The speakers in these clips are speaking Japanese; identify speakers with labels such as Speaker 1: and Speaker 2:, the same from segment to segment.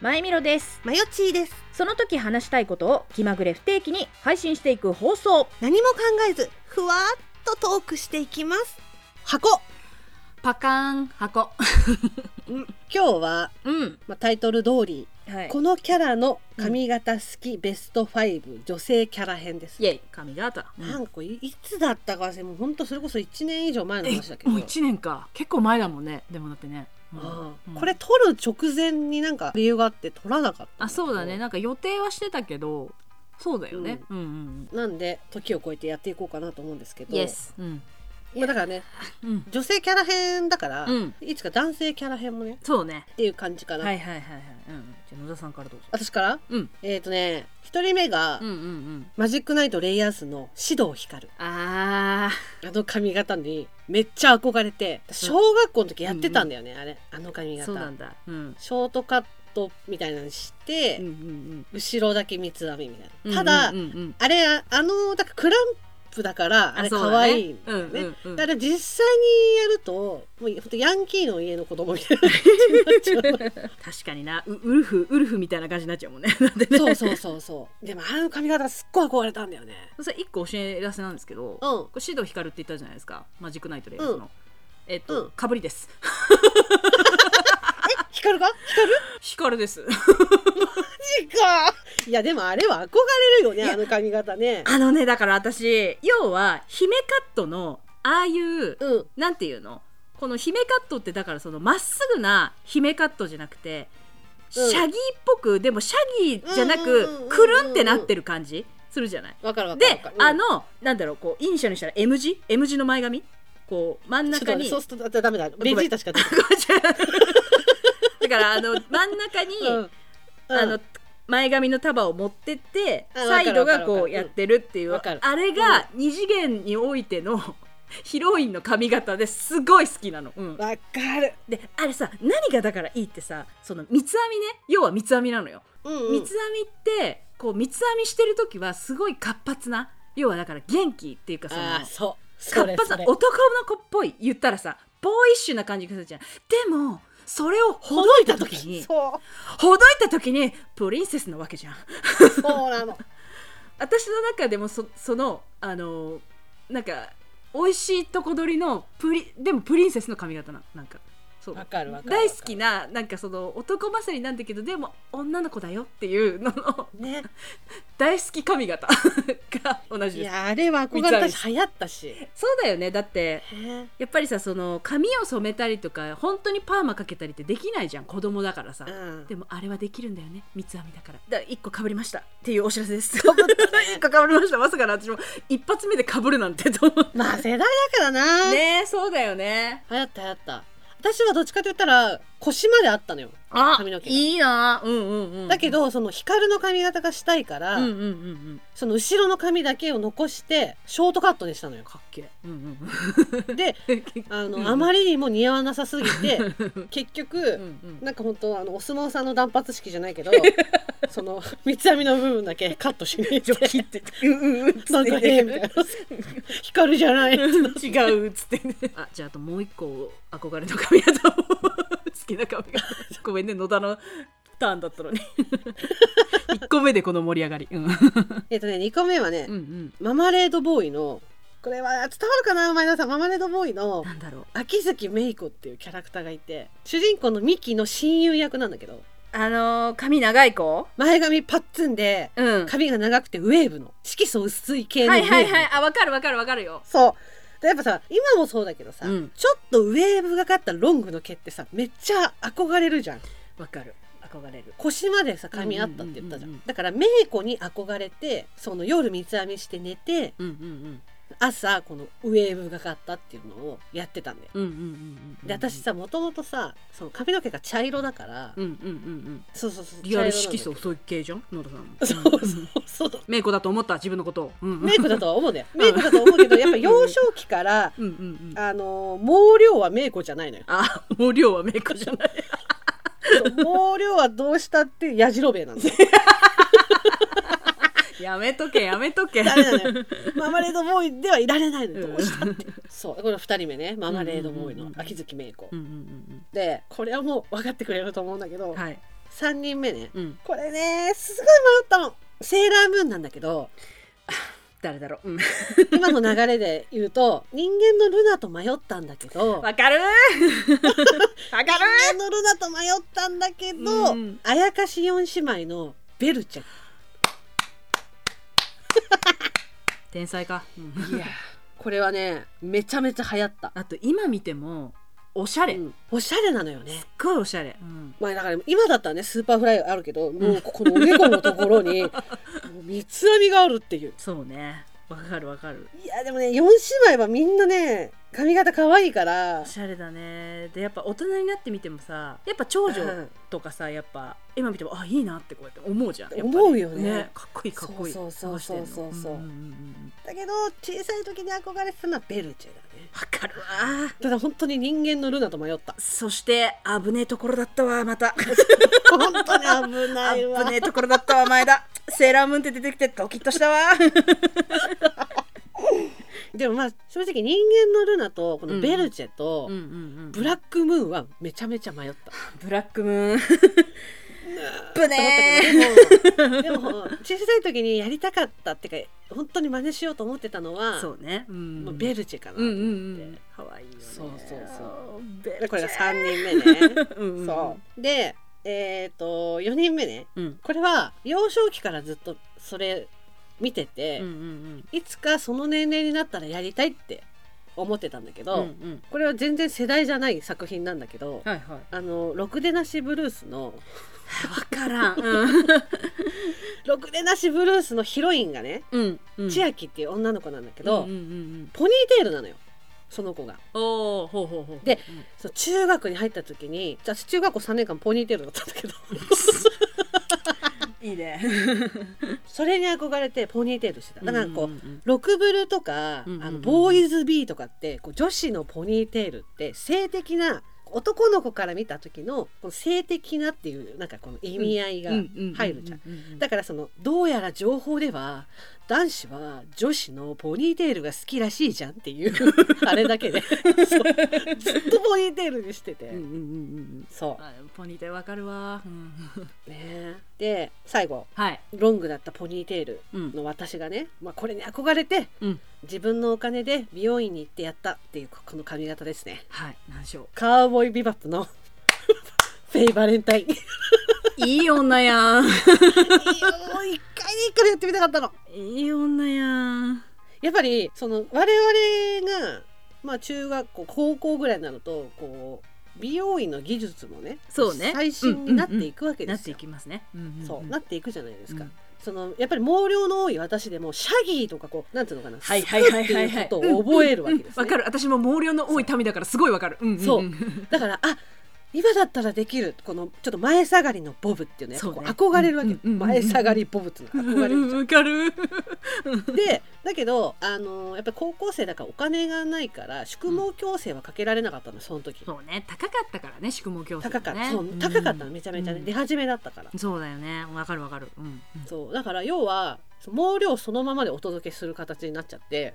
Speaker 1: まゆみろです
Speaker 2: マヨチーです
Speaker 1: その時話したいことを気まぐれ不定期に配信していく放送
Speaker 2: 何も考えずふわっとトークしていきます箱
Speaker 3: パカーン箱
Speaker 2: 今日は、
Speaker 1: うん
Speaker 2: まあ、タイトル通り、
Speaker 1: はい
Speaker 2: このキャラの髪型好き、ベスト5女性キャラ編です
Speaker 3: イエイ髪型、うん
Speaker 2: なんかいいつだったか忘れもう本当それこそ1年以上前の
Speaker 3: え
Speaker 2: 話だけど
Speaker 3: もう1年か結構前だもんねでもだってね、うん
Speaker 2: ああ
Speaker 3: うん
Speaker 2: これ撮る直前になんか理由があって撮らなかった
Speaker 3: あそうだねなんか予定はしてたけどそうだよね、うん、うんうん
Speaker 2: なんで時を超えてやっていこうかなと思うんですけど、
Speaker 3: うん
Speaker 2: まあ、だからね
Speaker 3: うん
Speaker 2: 女性キャラ編だから、
Speaker 3: うん
Speaker 2: いつか男性キャラ編もね
Speaker 3: そうね
Speaker 2: っていう感じかな、
Speaker 3: はいはいはいはい、うん、じゃあ野田さんからどうぞ
Speaker 2: 私から
Speaker 3: うん
Speaker 2: えっ、ー、とね一人目が、
Speaker 3: うんうんうん
Speaker 2: マジックナイトレイヤースの獅童光る
Speaker 3: あ
Speaker 2: あの髪型にめっちゃ憧れて小学校の時やってたんだよね、あれあの髪
Speaker 3: ー
Speaker 2: 型
Speaker 3: そうなんだうん
Speaker 2: ショートカットみたいなのして、
Speaker 3: うんうん
Speaker 2: 後ろだけ三つ編みみたい
Speaker 3: うん
Speaker 2: なただ、
Speaker 3: うんうんうん
Speaker 2: あれああのだからクランプだからあれ
Speaker 3: そう
Speaker 2: 可
Speaker 3: だね
Speaker 2: 愛いんだ
Speaker 3: う
Speaker 2: よね
Speaker 3: んうんうん
Speaker 2: だから実際にやるともうほんとヤンキーの家の子供みたいな感じになっちゃ
Speaker 3: 確かになウウルフウルフみたいな感じになっちゃうもんね だって
Speaker 2: う
Speaker 3: ね
Speaker 2: そうそうそうそうでもあの髪型すっごい憧れたんだよね
Speaker 3: それ一個教え出せなんですけど、
Speaker 2: うん
Speaker 3: これシドヒカルって言ったじゃないですかマジックナイトレイヤーズの、
Speaker 2: うん
Speaker 3: えっと、
Speaker 2: うん
Speaker 3: かぶりです。
Speaker 2: 光るか
Speaker 3: ヒカルです。
Speaker 2: 光るかいやでもあれは憧れるよ
Speaker 3: い
Speaker 2: ね
Speaker 3: や
Speaker 2: あの髪型ね
Speaker 3: あのね、だから私、要は、姫カットの、ああいう、
Speaker 2: うん
Speaker 3: なんていうのこの姫カットって、だからその、まっすぐな姫カットじゃなくて、
Speaker 2: うん
Speaker 3: シャギーっぽく、でもシャギーじゃな
Speaker 2: うんうんうんうんう
Speaker 3: く、
Speaker 2: ん
Speaker 3: くるんってなってる感じするじゃない
Speaker 2: わかるわかるわ
Speaker 3: で
Speaker 2: かる、
Speaker 3: あの、なんだろう、こう、イニシャルにしたら M 字 ?M 字の前髪こう、真ん
Speaker 2: うんちょっ
Speaker 3: 中
Speaker 2: とね
Speaker 3: に。
Speaker 2: そうするとだダメだベジータしか出てこ
Speaker 3: だから、あの、真ん中に、
Speaker 2: ない、うんうん
Speaker 3: あの前髪の束を持ってって
Speaker 2: あ
Speaker 3: サイド
Speaker 2: わか
Speaker 3: が
Speaker 2: るわかる
Speaker 3: こ
Speaker 2: わか
Speaker 3: う
Speaker 2: る
Speaker 3: やってるっていう
Speaker 2: わかる
Speaker 3: あれが二次元においての ヒロインの髪型ですごい好きなの。うん、
Speaker 2: わかる、
Speaker 3: であれさ何がだからいいってさその三つ編みね要は三つ編みなのよ。
Speaker 2: うんう
Speaker 3: 三つ編みってこう三つ編みしてる時はすごい活発な要はだから元気っていうかその
Speaker 2: あーそうそ
Speaker 3: 活
Speaker 2: れ
Speaker 3: 発
Speaker 2: そ
Speaker 3: な
Speaker 2: れ
Speaker 3: 男の子っぽい言ったらさボーイッシュな感じがするじゃん。でもそれをほどいた時に
Speaker 2: そ
Speaker 3: ほどいた時にプリンセスなわけじゃん。
Speaker 2: うそうなの
Speaker 3: 私の中でもそそのあのーなんか美味しいとこ取りのプリでもプリンセスの髪型ななんかそう
Speaker 2: わかるわかる
Speaker 3: 大好きななんかその男勝りなんだけどでも女の子だよっていうのの
Speaker 2: ね
Speaker 3: 大好き髪型が同じ
Speaker 2: い
Speaker 3: です
Speaker 2: やあれは憧れたし流行ったし
Speaker 3: そうだよねだってやっぱりさその髪を染めたりとか本当にパーマかけたりってできないじゃん子供だからさ、
Speaker 2: うん
Speaker 3: でもあれはできるんだよね三つ編みだからだ1個かぶりましたって いうお知らせですかぶ個かぶりましたまさかの私も一発目でかぶるなんてと思って
Speaker 2: まあ世代だからな、
Speaker 3: ねえそうだよね
Speaker 2: 流行った流行った私はどっちかと言ったら腰まであったのよ
Speaker 3: あ
Speaker 2: 髪の毛が
Speaker 3: いいなうんうんうん
Speaker 2: だけど、その光の髪型がしたいから、
Speaker 3: うんうんうんうん
Speaker 2: その後ろの髪だけを残してショートカットにしたのよ
Speaker 3: かっけえうん うん
Speaker 2: で
Speaker 3: うん
Speaker 2: あの、
Speaker 3: うん
Speaker 2: あまりにも似合わなさすぎて結
Speaker 3: う ん
Speaker 2: 局、
Speaker 3: うん
Speaker 2: なんか本当あのお相撲さんの断髪式じゃな いけどその三つ編みの部分だけカットしに行って
Speaker 3: 切って うんうんうん
Speaker 2: なんか変みたいな光じゃない
Speaker 3: 違うっつってね あじゃああともう一個憧れの髪型を好きな髪 型ごめんね野田のターンだった のに一個目でこの盛り上がりうん
Speaker 2: えっとね2個目はね、
Speaker 3: うん
Speaker 2: ママレードボーイのこれは伝わるかな前田さんママレードボーイの
Speaker 3: うんなんだろう
Speaker 2: 秋月芽衣子っていうキャラクターがいて主人公のミキの親友役なんだけど
Speaker 3: あのー、髪長い子
Speaker 2: 前髪パッツンで
Speaker 3: うんは
Speaker 2: 髪が長くてウェーブの色素薄い系
Speaker 3: い
Speaker 2: のウ
Speaker 3: は
Speaker 2: ェー
Speaker 3: い
Speaker 2: ブ、
Speaker 3: はいあわかるわかるわかるよ
Speaker 2: そうでやっぱさ今もそうだけどさ、
Speaker 3: うん
Speaker 2: ちょっとウェーブがかったロングの毛ってさめっちゃ憧れるじゃん
Speaker 3: わかる憧れる
Speaker 2: 腰までさ髪あったって言ったじゃん,、
Speaker 3: うんうんうんうん
Speaker 2: だから芽衣子に憧れてその夜三つ編みして寝て
Speaker 3: うんうん
Speaker 2: 朝このウェーブがかったっていうのをやってたんだよ
Speaker 3: うんうんうんうんうん
Speaker 2: で私さもともとさその髪の毛が茶色だから、
Speaker 3: うんうんうんうん
Speaker 2: そうそうそう
Speaker 3: リアル色
Speaker 2: 茶
Speaker 3: 素
Speaker 2: 色
Speaker 3: 遅い系じゃん野田さんも
Speaker 2: なんだよそうそうそう
Speaker 3: メイコだと思った自分のことをうんうん
Speaker 2: メイクだとは思うんだよメイクだとは思うけどやっぱ幼少期から
Speaker 3: うんうんうん
Speaker 2: あのー毛量はメイクじゃないのよ
Speaker 3: あもう量はメイコじゃない
Speaker 2: そう毛量はどうしたってやじろべえなんだよ
Speaker 3: やめと けやめとけ
Speaker 2: ダメなのよ ママレードボーイではいられないのよ
Speaker 3: うん
Speaker 2: どうしたってそうこの二人目ねママレードボ
Speaker 3: うんうん
Speaker 2: ーイ
Speaker 3: うん
Speaker 2: の
Speaker 3: うん
Speaker 2: 秋月メイ子
Speaker 3: うんうんうん
Speaker 2: でこれはもう分かってくれると思うんだけど、
Speaker 3: うんはい
Speaker 2: 3人目ね
Speaker 3: うん
Speaker 2: これねすごい迷ったのセーラームーンなんだけど
Speaker 3: 誰だろううん
Speaker 2: 今の流れで言うと人間のルナと迷ったんだけど
Speaker 3: わ かるわかる
Speaker 2: 人間のルナと迷ったんだけど、
Speaker 3: うん
Speaker 2: あやかし4姉妹のベルちゃん
Speaker 3: 天才か、うん
Speaker 2: いやこれはねめちゃめちゃ流行った、
Speaker 3: あと今見てもおしゃれ、
Speaker 2: うんおしゃれなのよね
Speaker 3: すっごいおしゃれ、うん
Speaker 2: まあだから今だったらねスーパーフライあるけどもうここのおでこのところ にもう三つ編みがあるっていう
Speaker 3: そうねわかるわかる
Speaker 2: いやでもね4姉妹はみんなね髪型可愛いから
Speaker 3: おしゃれだねでやっぱ大人になってみてもさやっぱ長女とかさやっぱ今見てもあいいなってこうやって思うじゃんやっぱり
Speaker 2: 思うよね
Speaker 3: かっこいいかっこいい
Speaker 2: そうそうそうそうそうそ
Speaker 3: 探してんの
Speaker 2: う
Speaker 3: んんん
Speaker 2: だけど小さい時に憧れてたのはベルチェだね
Speaker 3: わかるわ
Speaker 2: ただ本当に人間のルナと迷 った
Speaker 3: そして危ねえところだったわまた
Speaker 2: 本当に危ないわ
Speaker 3: 危ねえところだったわ前田 セーラームーンって出てきてドキッとしたわ
Speaker 2: でもまあ正直人間のルナとこのベルチェと
Speaker 3: うんうんうん
Speaker 2: ブラックムーンはめちゃめちゃ迷った
Speaker 3: ブラックムーン
Speaker 2: と思
Speaker 3: ぶ
Speaker 2: った
Speaker 3: ね
Speaker 2: けどでもでも小さい時にやりたかったってか本当に真似しようと思ってたのは
Speaker 3: ーそうねうん
Speaker 2: まあベルチェかな、
Speaker 3: うんうんうん可愛いよね
Speaker 2: そうそうそう
Speaker 3: ベ
Speaker 2: で
Speaker 3: ル
Speaker 2: これが3人目ね
Speaker 3: うんうん
Speaker 2: そうでえっ、と4人目ね
Speaker 3: うん
Speaker 2: これは幼少期からずっとそれ見てて、
Speaker 3: うんうん
Speaker 2: いつかその年齢になったらやりたいって思ってたんだけ
Speaker 3: うん
Speaker 2: ど、
Speaker 3: うんうん
Speaker 2: これは全然世代じゃない作品なんだけど、
Speaker 3: はいはい
Speaker 2: あの「ろくでなしブルースの」
Speaker 3: わからんうん
Speaker 2: ろくでなしブルースのヒロインがね、
Speaker 3: うんうん
Speaker 2: 千秋っていう女の子なんだけ
Speaker 3: け
Speaker 2: ど、
Speaker 3: うんうんうん
Speaker 2: ポニーテールなのよその子が
Speaker 3: おおほうほうほう
Speaker 2: で
Speaker 3: うん
Speaker 2: そう中学に入った時に私中学校3年間ポニーテールだったんだ けど
Speaker 3: いいね。
Speaker 2: それに憧れてポニーテールしてただからこう、
Speaker 3: ん
Speaker 2: ロクブルとか、
Speaker 3: うんうんうん
Speaker 2: あのボーイズビーとかってこう女子のポニーテールって性的な男の子から見た時のこの性的なっていうなんかこの意味合いが入るじゃん。
Speaker 3: ん。うん
Speaker 2: だからそのどうやら情報では男子は女子のポニーテールが好きらしいじゃんって いうあれだけでそうずっとポニーテールにしてて、
Speaker 3: うんうんうんうん。
Speaker 2: そ
Speaker 3: あポニーテールわかるわ。うん
Speaker 2: うねで最後
Speaker 3: はい。
Speaker 2: ロングだったポニーテール
Speaker 3: うん。
Speaker 2: の私がね、まあ、これに憧れて、
Speaker 3: うん
Speaker 2: 自分のお金で美容院に行ってやったっていうここの髪型ですね
Speaker 3: はい。何でしょ
Speaker 2: カウボーイビバップの フェイバレンタインいや
Speaker 3: う。いい女やん。
Speaker 2: もう一回で一回でやってみたかったの
Speaker 3: いい女やん。
Speaker 2: やっぱりその我々が、まあ、中学校高校ぐらいになるとこう美容院の技術もね
Speaker 3: そうね
Speaker 2: 最新になっていくわけ
Speaker 3: な
Speaker 2: で
Speaker 3: っ
Speaker 2: す
Speaker 3: てい
Speaker 2: よ、
Speaker 3: きますね。
Speaker 2: そうなっていくじゃないですか、
Speaker 3: うん
Speaker 2: そのやっぱり毛量の多い私でもシャギーとかこうなんていうのかな
Speaker 3: はいはいはい
Speaker 2: スク
Speaker 3: は
Speaker 2: っ
Speaker 3: い
Speaker 2: て
Speaker 3: はいいう
Speaker 2: ことを覚えるわけですね、
Speaker 3: わかる。私も毛量の多い民だからすごいわかる。うんんん
Speaker 2: そうだからあ今だったらできるこのちょっと前下がりのボブっていうね
Speaker 3: そうね
Speaker 2: こう憧れるわけ、
Speaker 3: うんうんうんうん
Speaker 2: 前下がりボブっていうのが憧れるじゃん
Speaker 3: わかる。
Speaker 2: でだけど、あのーやっぱり高校生だからお金がないから宿毛矯正はかけられなかったのその時、
Speaker 3: そうね。高かったからね。宿毛矯正
Speaker 2: 高
Speaker 3: が
Speaker 2: かっ
Speaker 3: ね。
Speaker 2: た、そう
Speaker 3: うん
Speaker 2: 高かったのめちゃめちゃね、
Speaker 3: うん
Speaker 2: 出始めだったから、
Speaker 3: そうだよね。わかるわかる。うん。
Speaker 2: そうだから要はその毛量そのままでお届けする形になっちゃって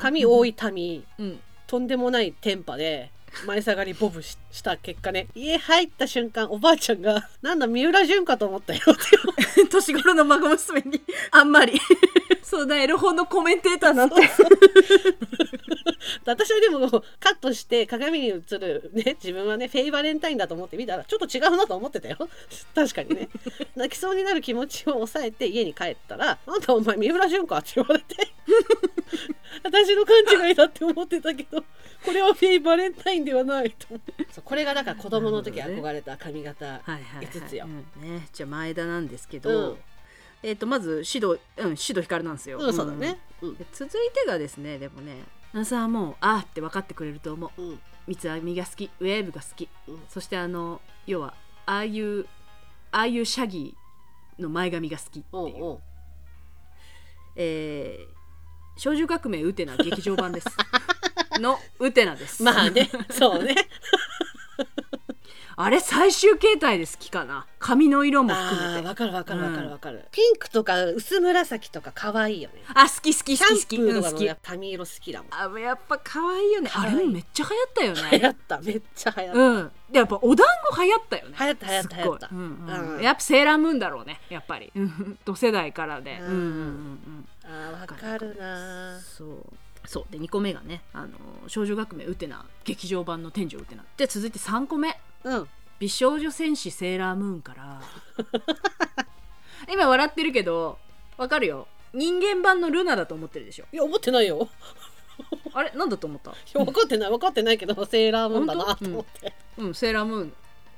Speaker 2: 髪多
Speaker 3: い。
Speaker 2: い民
Speaker 3: うん。
Speaker 2: とんでもないテンパで前下がりボブしした結果ね家入った瞬間おばあちゃんが「なんだ三浦淳かと思ったよ」って言われて
Speaker 3: 年頃の孫娘にあんまり そうだエロ本のコメンテーターなんて
Speaker 2: 私はでもカットして鏡に映るね自分はねフェイバレンタインだと思って見たらちょっと違うなと思ってたよ 確かに ね泣きそうになる気持ちを抑えて家に帰ったら「あんたお前三浦淳か?」って言われて 私の勘違いだって思ってたけどこれはフェイバレンタインではないと思ってそうこれがだから子供の時
Speaker 3: なるほどね
Speaker 2: 憧れた髪型
Speaker 3: はいはい、はい、
Speaker 2: 五つよ
Speaker 3: うんね、じゃあ前田なんですけど、
Speaker 2: うん
Speaker 3: えっ、とまずシドうんシドヒカルなんですよ、
Speaker 2: うんそうだねうん
Speaker 3: んで続いてがですねでもねナさんもうあーって分かってくれると思う
Speaker 2: うん
Speaker 3: 三つ編みが好きウェーブが好き
Speaker 2: うん
Speaker 3: そしてあの要はああいうああいうシャギーの前髪が好きって
Speaker 2: おう
Speaker 3: いう、
Speaker 2: おう
Speaker 3: えー少女革命ウテナ劇場版です のウテナです
Speaker 2: まあねそうね
Speaker 3: あれ最終形態で好きかな髪の色も含
Speaker 2: あ
Speaker 3: め
Speaker 2: ー
Speaker 3: て
Speaker 2: わかるわかるわか
Speaker 3: う
Speaker 2: る
Speaker 3: ん
Speaker 2: わかる、ピンクとか薄紫とか可愛いよね
Speaker 3: あ好き好き
Speaker 2: シ
Speaker 3: 好き
Speaker 2: ャン
Speaker 3: 好き
Speaker 2: プー
Speaker 3: う
Speaker 2: と
Speaker 3: ん
Speaker 2: か
Speaker 3: 好
Speaker 2: の
Speaker 3: き
Speaker 2: やっぱ髪色好きだもん
Speaker 3: あやっぱ可愛いよねあ
Speaker 2: 可愛
Speaker 3: れ
Speaker 2: い
Speaker 3: もめっちゃ流行ったよ
Speaker 2: 流行
Speaker 3: ね
Speaker 2: っためっちゃ流行った、
Speaker 3: うんでやっぱお団子流行ったよね
Speaker 2: 流行った流行った
Speaker 3: すっごい
Speaker 2: 流行った
Speaker 3: うんう
Speaker 2: うんん
Speaker 3: やっぱセーラームーンだろうねやっぱり うん同世代からで
Speaker 2: うん
Speaker 3: うんうんうん
Speaker 2: あーわかるな
Speaker 3: そうそうで2個目がねあの少女学名ウテナ劇場版の天井ウテナで続いて3個目
Speaker 2: うん
Speaker 3: 美少女戦士セーラームーンから 今笑ってるけどわかるよ人間版のルナだと思ってるでしょ
Speaker 2: いや思ってないよ
Speaker 3: あれなんだと思った
Speaker 2: いや分かってない分かってないけどセーラームーンだな
Speaker 3: 本当
Speaker 2: と思って、
Speaker 3: うんセーラームーン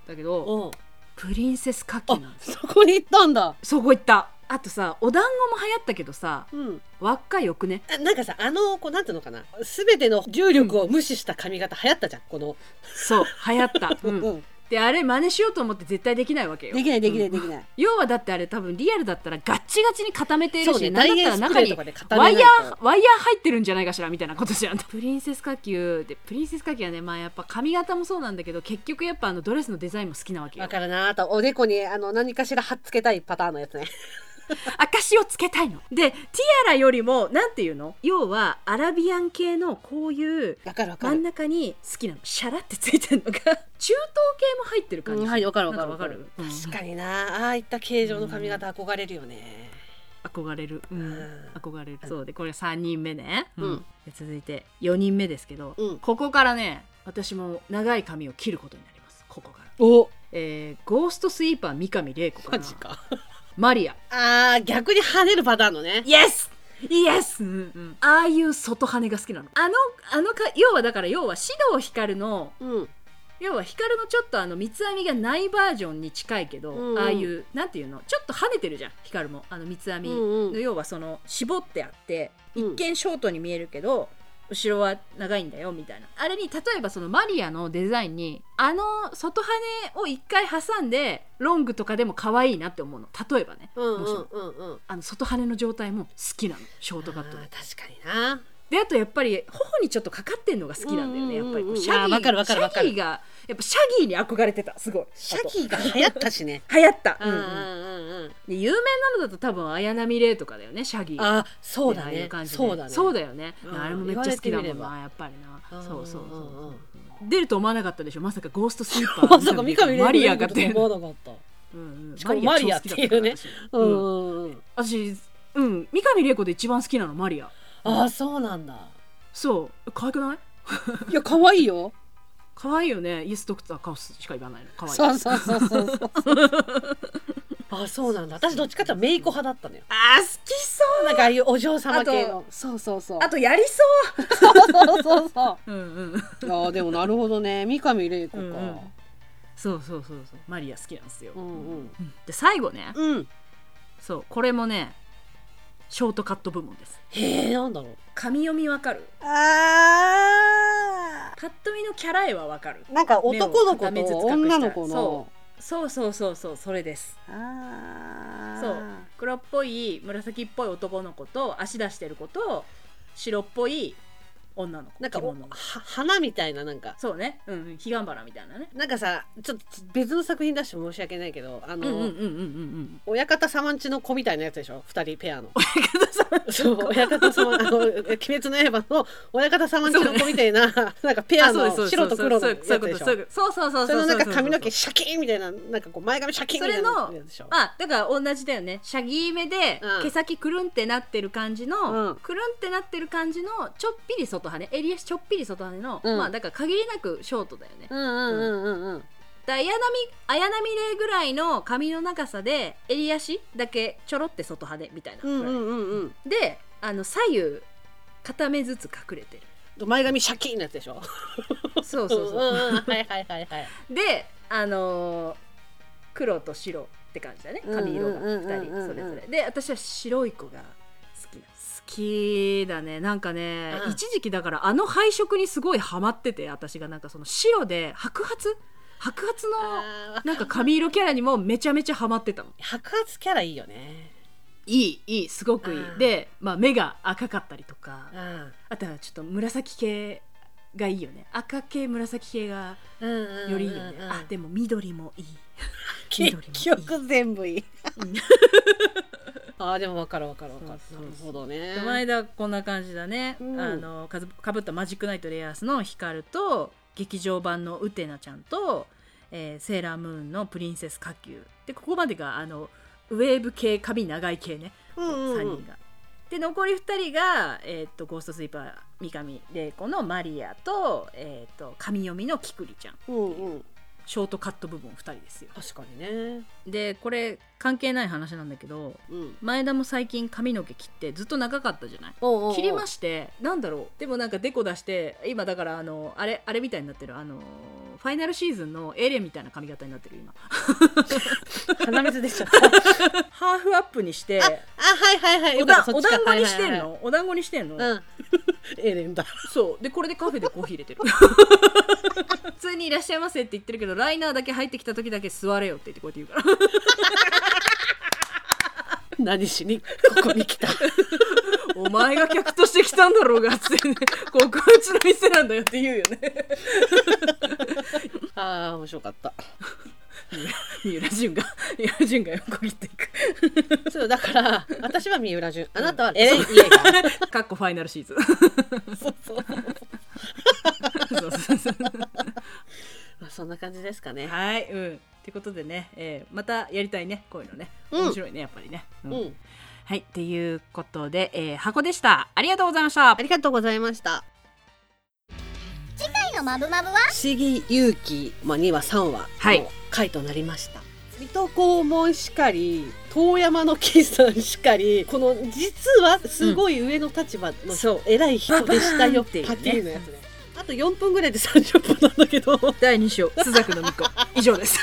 Speaker 3: だけど
Speaker 2: うん、
Speaker 3: プリンセスカキなんです
Speaker 2: そこに行ったんだ
Speaker 3: そこ行ったあとさお団子も流行ったけどさ
Speaker 2: うん
Speaker 3: 輪っかよくね
Speaker 2: あなんかさあのこうなんていうのかな全ての重力を無視した髪型流行ったじゃんこの、
Speaker 3: そう流行 った、うん、
Speaker 2: ん、
Speaker 3: であれ真似しようと思って絶対できないわけよ
Speaker 2: できないできない
Speaker 3: うん
Speaker 2: できない、
Speaker 3: 要はだってあれ多分リアルだったらガッチガチに固めている
Speaker 2: そう
Speaker 3: し、
Speaker 2: ね
Speaker 3: なん
Speaker 2: 大
Speaker 3: だっ
Speaker 2: 変
Speaker 3: た
Speaker 2: ス
Speaker 3: ら中
Speaker 2: プレー
Speaker 3: に
Speaker 2: とかで固
Speaker 3: ワ
Speaker 2: め
Speaker 3: イ
Speaker 2: ない
Speaker 3: ヤー
Speaker 2: と
Speaker 3: ワイヤー入ってるんじゃないかしらみたいなこと じゃんプリンセス火球でプリンセス火球はねまあやっぱ髪型もそうなんだけど結局やっぱあのドレスのデザインも好きなわけよ
Speaker 2: わかるなあとおでこにあの何かしら貼っつけたいパターンのやつね
Speaker 3: 証をつけたいのでティアラよりもなんていうの要はアラビアン系のこういう
Speaker 2: わかるわか
Speaker 3: 真ん
Speaker 2: る
Speaker 3: 中に好きなのシャラってついてるのが 中東系も入ってる感じ、
Speaker 2: うんはいわかるわか
Speaker 3: な
Speaker 2: る
Speaker 3: んわかるうん
Speaker 2: 確かになああいった形状の髪型憧れるよね、
Speaker 3: 憧れる、う、
Speaker 2: うんん
Speaker 3: 憧れる
Speaker 2: うん
Speaker 3: そうでこれ3人目ね、
Speaker 2: うん
Speaker 3: で続いて4人目ですけど、
Speaker 2: うん
Speaker 3: ここからね私も長い髪を切ることになりますここから、
Speaker 2: お
Speaker 3: えーゴーストスイーパー三上玲子か
Speaker 2: マ
Speaker 3: な
Speaker 2: ジか
Speaker 3: マリア
Speaker 2: あー逆に跳ねるパターンのね
Speaker 3: イエスイエス、うんうん、ああいう外羽が好きなのあのあのか要はだから要は獅童光の
Speaker 2: うん
Speaker 3: 要は光のちょっとあの三つ編みがないバージョンに近いけど、
Speaker 2: うんうん
Speaker 3: ああいうなんていうのちょっと跳ねてるじゃん光もあの三つ編み、
Speaker 2: うんうん
Speaker 3: 要はその絞ってあって
Speaker 2: うん
Speaker 3: 一見ショートに見えるけど、後ろは長いんだよみたいなあれに例えばそのマリアのデザインにあの外羽を一回挟んでロングとかでも可愛いなって思うの例えばね、
Speaker 2: うん
Speaker 3: も
Speaker 2: う
Speaker 3: し
Speaker 2: ん
Speaker 3: も
Speaker 2: うんうん
Speaker 3: あの外羽の状態も好きなのショートカット
Speaker 2: あ
Speaker 3: で
Speaker 2: ー確かにな
Speaker 3: であとやっぱり頬にちょっとかかってんのが好きなんだよねや
Speaker 2: うん
Speaker 3: っ
Speaker 2: うん
Speaker 3: ぱ
Speaker 2: う
Speaker 3: り
Speaker 2: んうん
Speaker 3: こうシャ
Speaker 2: あー
Speaker 3: ギ
Speaker 2: わかる
Speaker 3: ー
Speaker 2: わ
Speaker 3: シ
Speaker 2: かるわ
Speaker 3: ャ
Speaker 2: かる
Speaker 3: ギーがやっぱシャギーに憧れてたすごい
Speaker 2: シャギーが流行ったしね
Speaker 3: 流行った、
Speaker 2: うんうんうん
Speaker 3: で有名なのだと多分綾波レイとかだよねシャギー
Speaker 2: あーそう
Speaker 3: あ
Speaker 2: だ
Speaker 3: あい
Speaker 2: ね
Speaker 3: 感じで
Speaker 2: そうだね
Speaker 3: そうだよね、
Speaker 2: うん
Speaker 3: あれもめっちゃ好きだも
Speaker 2: 言
Speaker 3: ん
Speaker 2: わ
Speaker 3: なやっぱりな
Speaker 2: うん
Speaker 3: そうそうそう
Speaker 2: うんうん
Speaker 3: そ
Speaker 2: うん
Speaker 3: う出ると思わなかったでしょまさかゴーストスーパー
Speaker 2: まさか三上玲子
Speaker 3: マリア
Speaker 2: 出
Speaker 3: が出る
Speaker 2: てくると思わなかっ
Speaker 3: うんうん
Speaker 2: しかもマリア
Speaker 3: 超好きだたから
Speaker 2: っ
Speaker 3: 私
Speaker 2: たうんうんうん
Speaker 3: 私うん三上玲子で一番好きなのマリア
Speaker 2: ああそうなんだ
Speaker 3: そう可愛くない
Speaker 2: いや可愛いよ
Speaker 3: 可愛いよねイエスドクターカオスしか言わないの可愛い
Speaker 2: そうそうそうそうそう あそうなんだ私どっちかっていうとメイコ派だったのよ
Speaker 3: あー好きそう
Speaker 2: なんかああいうお嬢様系のそうそうそう
Speaker 3: あとやりそ
Speaker 2: そうそうそうそう
Speaker 3: うんうん
Speaker 2: うああでもなるほどね三上玲子
Speaker 3: うんう
Speaker 2: か
Speaker 3: んそうそうそうそうマリア好きなんですよ、
Speaker 2: うんうん
Speaker 3: で最後ね
Speaker 2: うん
Speaker 3: そうこれもねショートカット部門です
Speaker 2: へえなんだろう
Speaker 3: 紙読みわかる
Speaker 2: あ
Speaker 3: パッと見のキャラ絵はわかる
Speaker 2: なんか男の子
Speaker 3: 目を
Speaker 2: と
Speaker 3: 片目ずつ隠した
Speaker 2: 女の子の
Speaker 3: そそうそうそうそうそれです
Speaker 2: あー
Speaker 3: そう黒っぽい紫っぽい男の子と足出してる子と白っぽい女の子
Speaker 2: なんかお
Speaker 3: 着物
Speaker 2: は花みたいななんか
Speaker 3: そうねうんうん彼岸花みたいなね
Speaker 2: なんかさちょっと別の作品出して申し訳ないけどあの、
Speaker 3: うんうん
Speaker 2: 親方様んちの子みたいなやつでしょ二人ペアの
Speaker 3: うんさ
Speaker 2: そう親方様あの鬼滅の刃の親方様んちの子みた いな、なんかペ
Speaker 3: そ
Speaker 2: ア
Speaker 3: う
Speaker 2: の
Speaker 3: ですそうです
Speaker 2: 白と黒の
Speaker 3: そうい
Speaker 2: や
Speaker 3: う
Speaker 2: つ
Speaker 3: そういうこ
Speaker 2: で
Speaker 3: と
Speaker 2: しょ
Speaker 3: そういうことそうそうそう
Speaker 2: それ
Speaker 3: うう
Speaker 2: のなんか髪の毛シャキーンみたいななんかこう前髪シャキーンみたいなやつでしょ
Speaker 3: まあだから同じだよねシャギーめで、
Speaker 2: うん
Speaker 3: 毛先くるんってなってる感じの、
Speaker 2: うん
Speaker 3: くるんってなってる感じのちょっぴり外羽襟足ちょっぴり外羽の、
Speaker 2: うん
Speaker 3: まあだから限りなくショートだよね、だか
Speaker 2: うんうんうんうんうん
Speaker 3: ら綾波綾波レイぐらいの髪の長さで襟足だけちょろって外羽みたいな、
Speaker 2: うんうんうん
Speaker 3: であの左右片目ずつ隠れてる
Speaker 2: うん前髪シャキーンのやつでしょ
Speaker 3: そうそうそう、
Speaker 2: んんはいはいはいはい
Speaker 3: であのー黒と白って感じだね髪色が
Speaker 2: うんうんうんうんうん
Speaker 3: 2人それぞれで私は白い子が好きな好きだねなんかね、
Speaker 2: うん
Speaker 3: 一時期だからあの配色にすごいハマってて私がなんかその白で白髪白髪の
Speaker 2: あー
Speaker 3: なんか髪色キャラにもめちゃめちゃハマってたの
Speaker 2: 白髪キャラいいよね
Speaker 3: いいいいすごくいい、
Speaker 2: うん
Speaker 3: で、まあ、目が赤かったりとか
Speaker 2: うん
Speaker 3: あとはちょっと紫系がいいよね赤系紫系がよ
Speaker 2: よ
Speaker 3: りいいよね、あでも緑もいい緑
Speaker 2: 結
Speaker 3: もいい
Speaker 2: 局全部いい
Speaker 3: うん
Speaker 2: あーでも分かる分かる分かる
Speaker 3: そう
Speaker 2: な
Speaker 3: そう
Speaker 2: るほどね
Speaker 3: この間こんな感じだね、
Speaker 2: うん
Speaker 3: あのかずかぶったマジックナイトレアースのヒカルと劇場版のウテナちゃんと、えーセーラームーンのプリンセス火球でここまでがあのウェーブ系髪長い系ね
Speaker 2: うんうん
Speaker 3: 3
Speaker 2: うん
Speaker 3: 人が。で残り2人が、えー、とゴーストスイーパー三上玲子のマリアと,、えー、と神読みのキクリちゃん
Speaker 2: うんうん
Speaker 3: ショートカット部分2人ですよ。
Speaker 2: 確かにね
Speaker 3: でこれ関係ない話なんだけど
Speaker 2: うん
Speaker 3: 前田も最近髪の毛切ってずっと長かったじゃない切り ましてなんだろうでもなんかデコ出して今だからあのあれあれみたいになってるあのファイナルシーズンのエレンみたいな髪型になってる今
Speaker 2: た鼻水出ちゃったあ
Speaker 3: ハーフアップにして
Speaker 2: はいはいはい
Speaker 3: お
Speaker 2: よかっ
Speaker 3: だ
Speaker 2: たそ
Speaker 3: お
Speaker 2: っちか
Speaker 3: 団子にしてん
Speaker 2: はいはい
Speaker 3: のお団子にしてんの、
Speaker 2: はいうん エレンだ
Speaker 3: そうでこれでカフェでコーヒー入 れてる普通に「いらっしゃいませ」って言ってるけどライナーだけ入ってきた時だけ「座れよ」って言ってこうやって言うから
Speaker 2: 何しにここに来た
Speaker 3: お前が客として来たんだろうがっつってねここうちの店なんだよって言うよね
Speaker 2: ああ面白かった
Speaker 3: 三浦淳が三浦淳が横切っていく
Speaker 2: そうだから私は三浦淳あなたはエレン・イエガー
Speaker 3: かっこファイナルシーズン
Speaker 2: そうそう
Speaker 3: そうそうそう
Speaker 2: まあそんな感じですかね
Speaker 3: はい、うん。ってことでね、えーまたやりたいね、こういうのね。
Speaker 2: うん
Speaker 3: 面白いね、やっぱりね。う
Speaker 2: うんん
Speaker 3: はい、っていうことで、えー箱でした。ありがとうございました
Speaker 2: あ。りがとうございました
Speaker 4: 回のマブマブは
Speaker 2: 不思議勇気、まあ、2話3話
Speaker 3: はい
Speaker 2: の回となりました、水戸黄門しかり遠山の金さんしかりこの実はすごい上の立場の、
Speaker 3: そう
Speaker 2: 偉い人でした
Speaker 3: ババーン
Speaker 2: よ
Speaker 3: っていうね
Speaker 2: パティのやつねあと4分ぐらいで30分なんだけど
Speaker 3: 第2章、朱雀の巫女。以上です。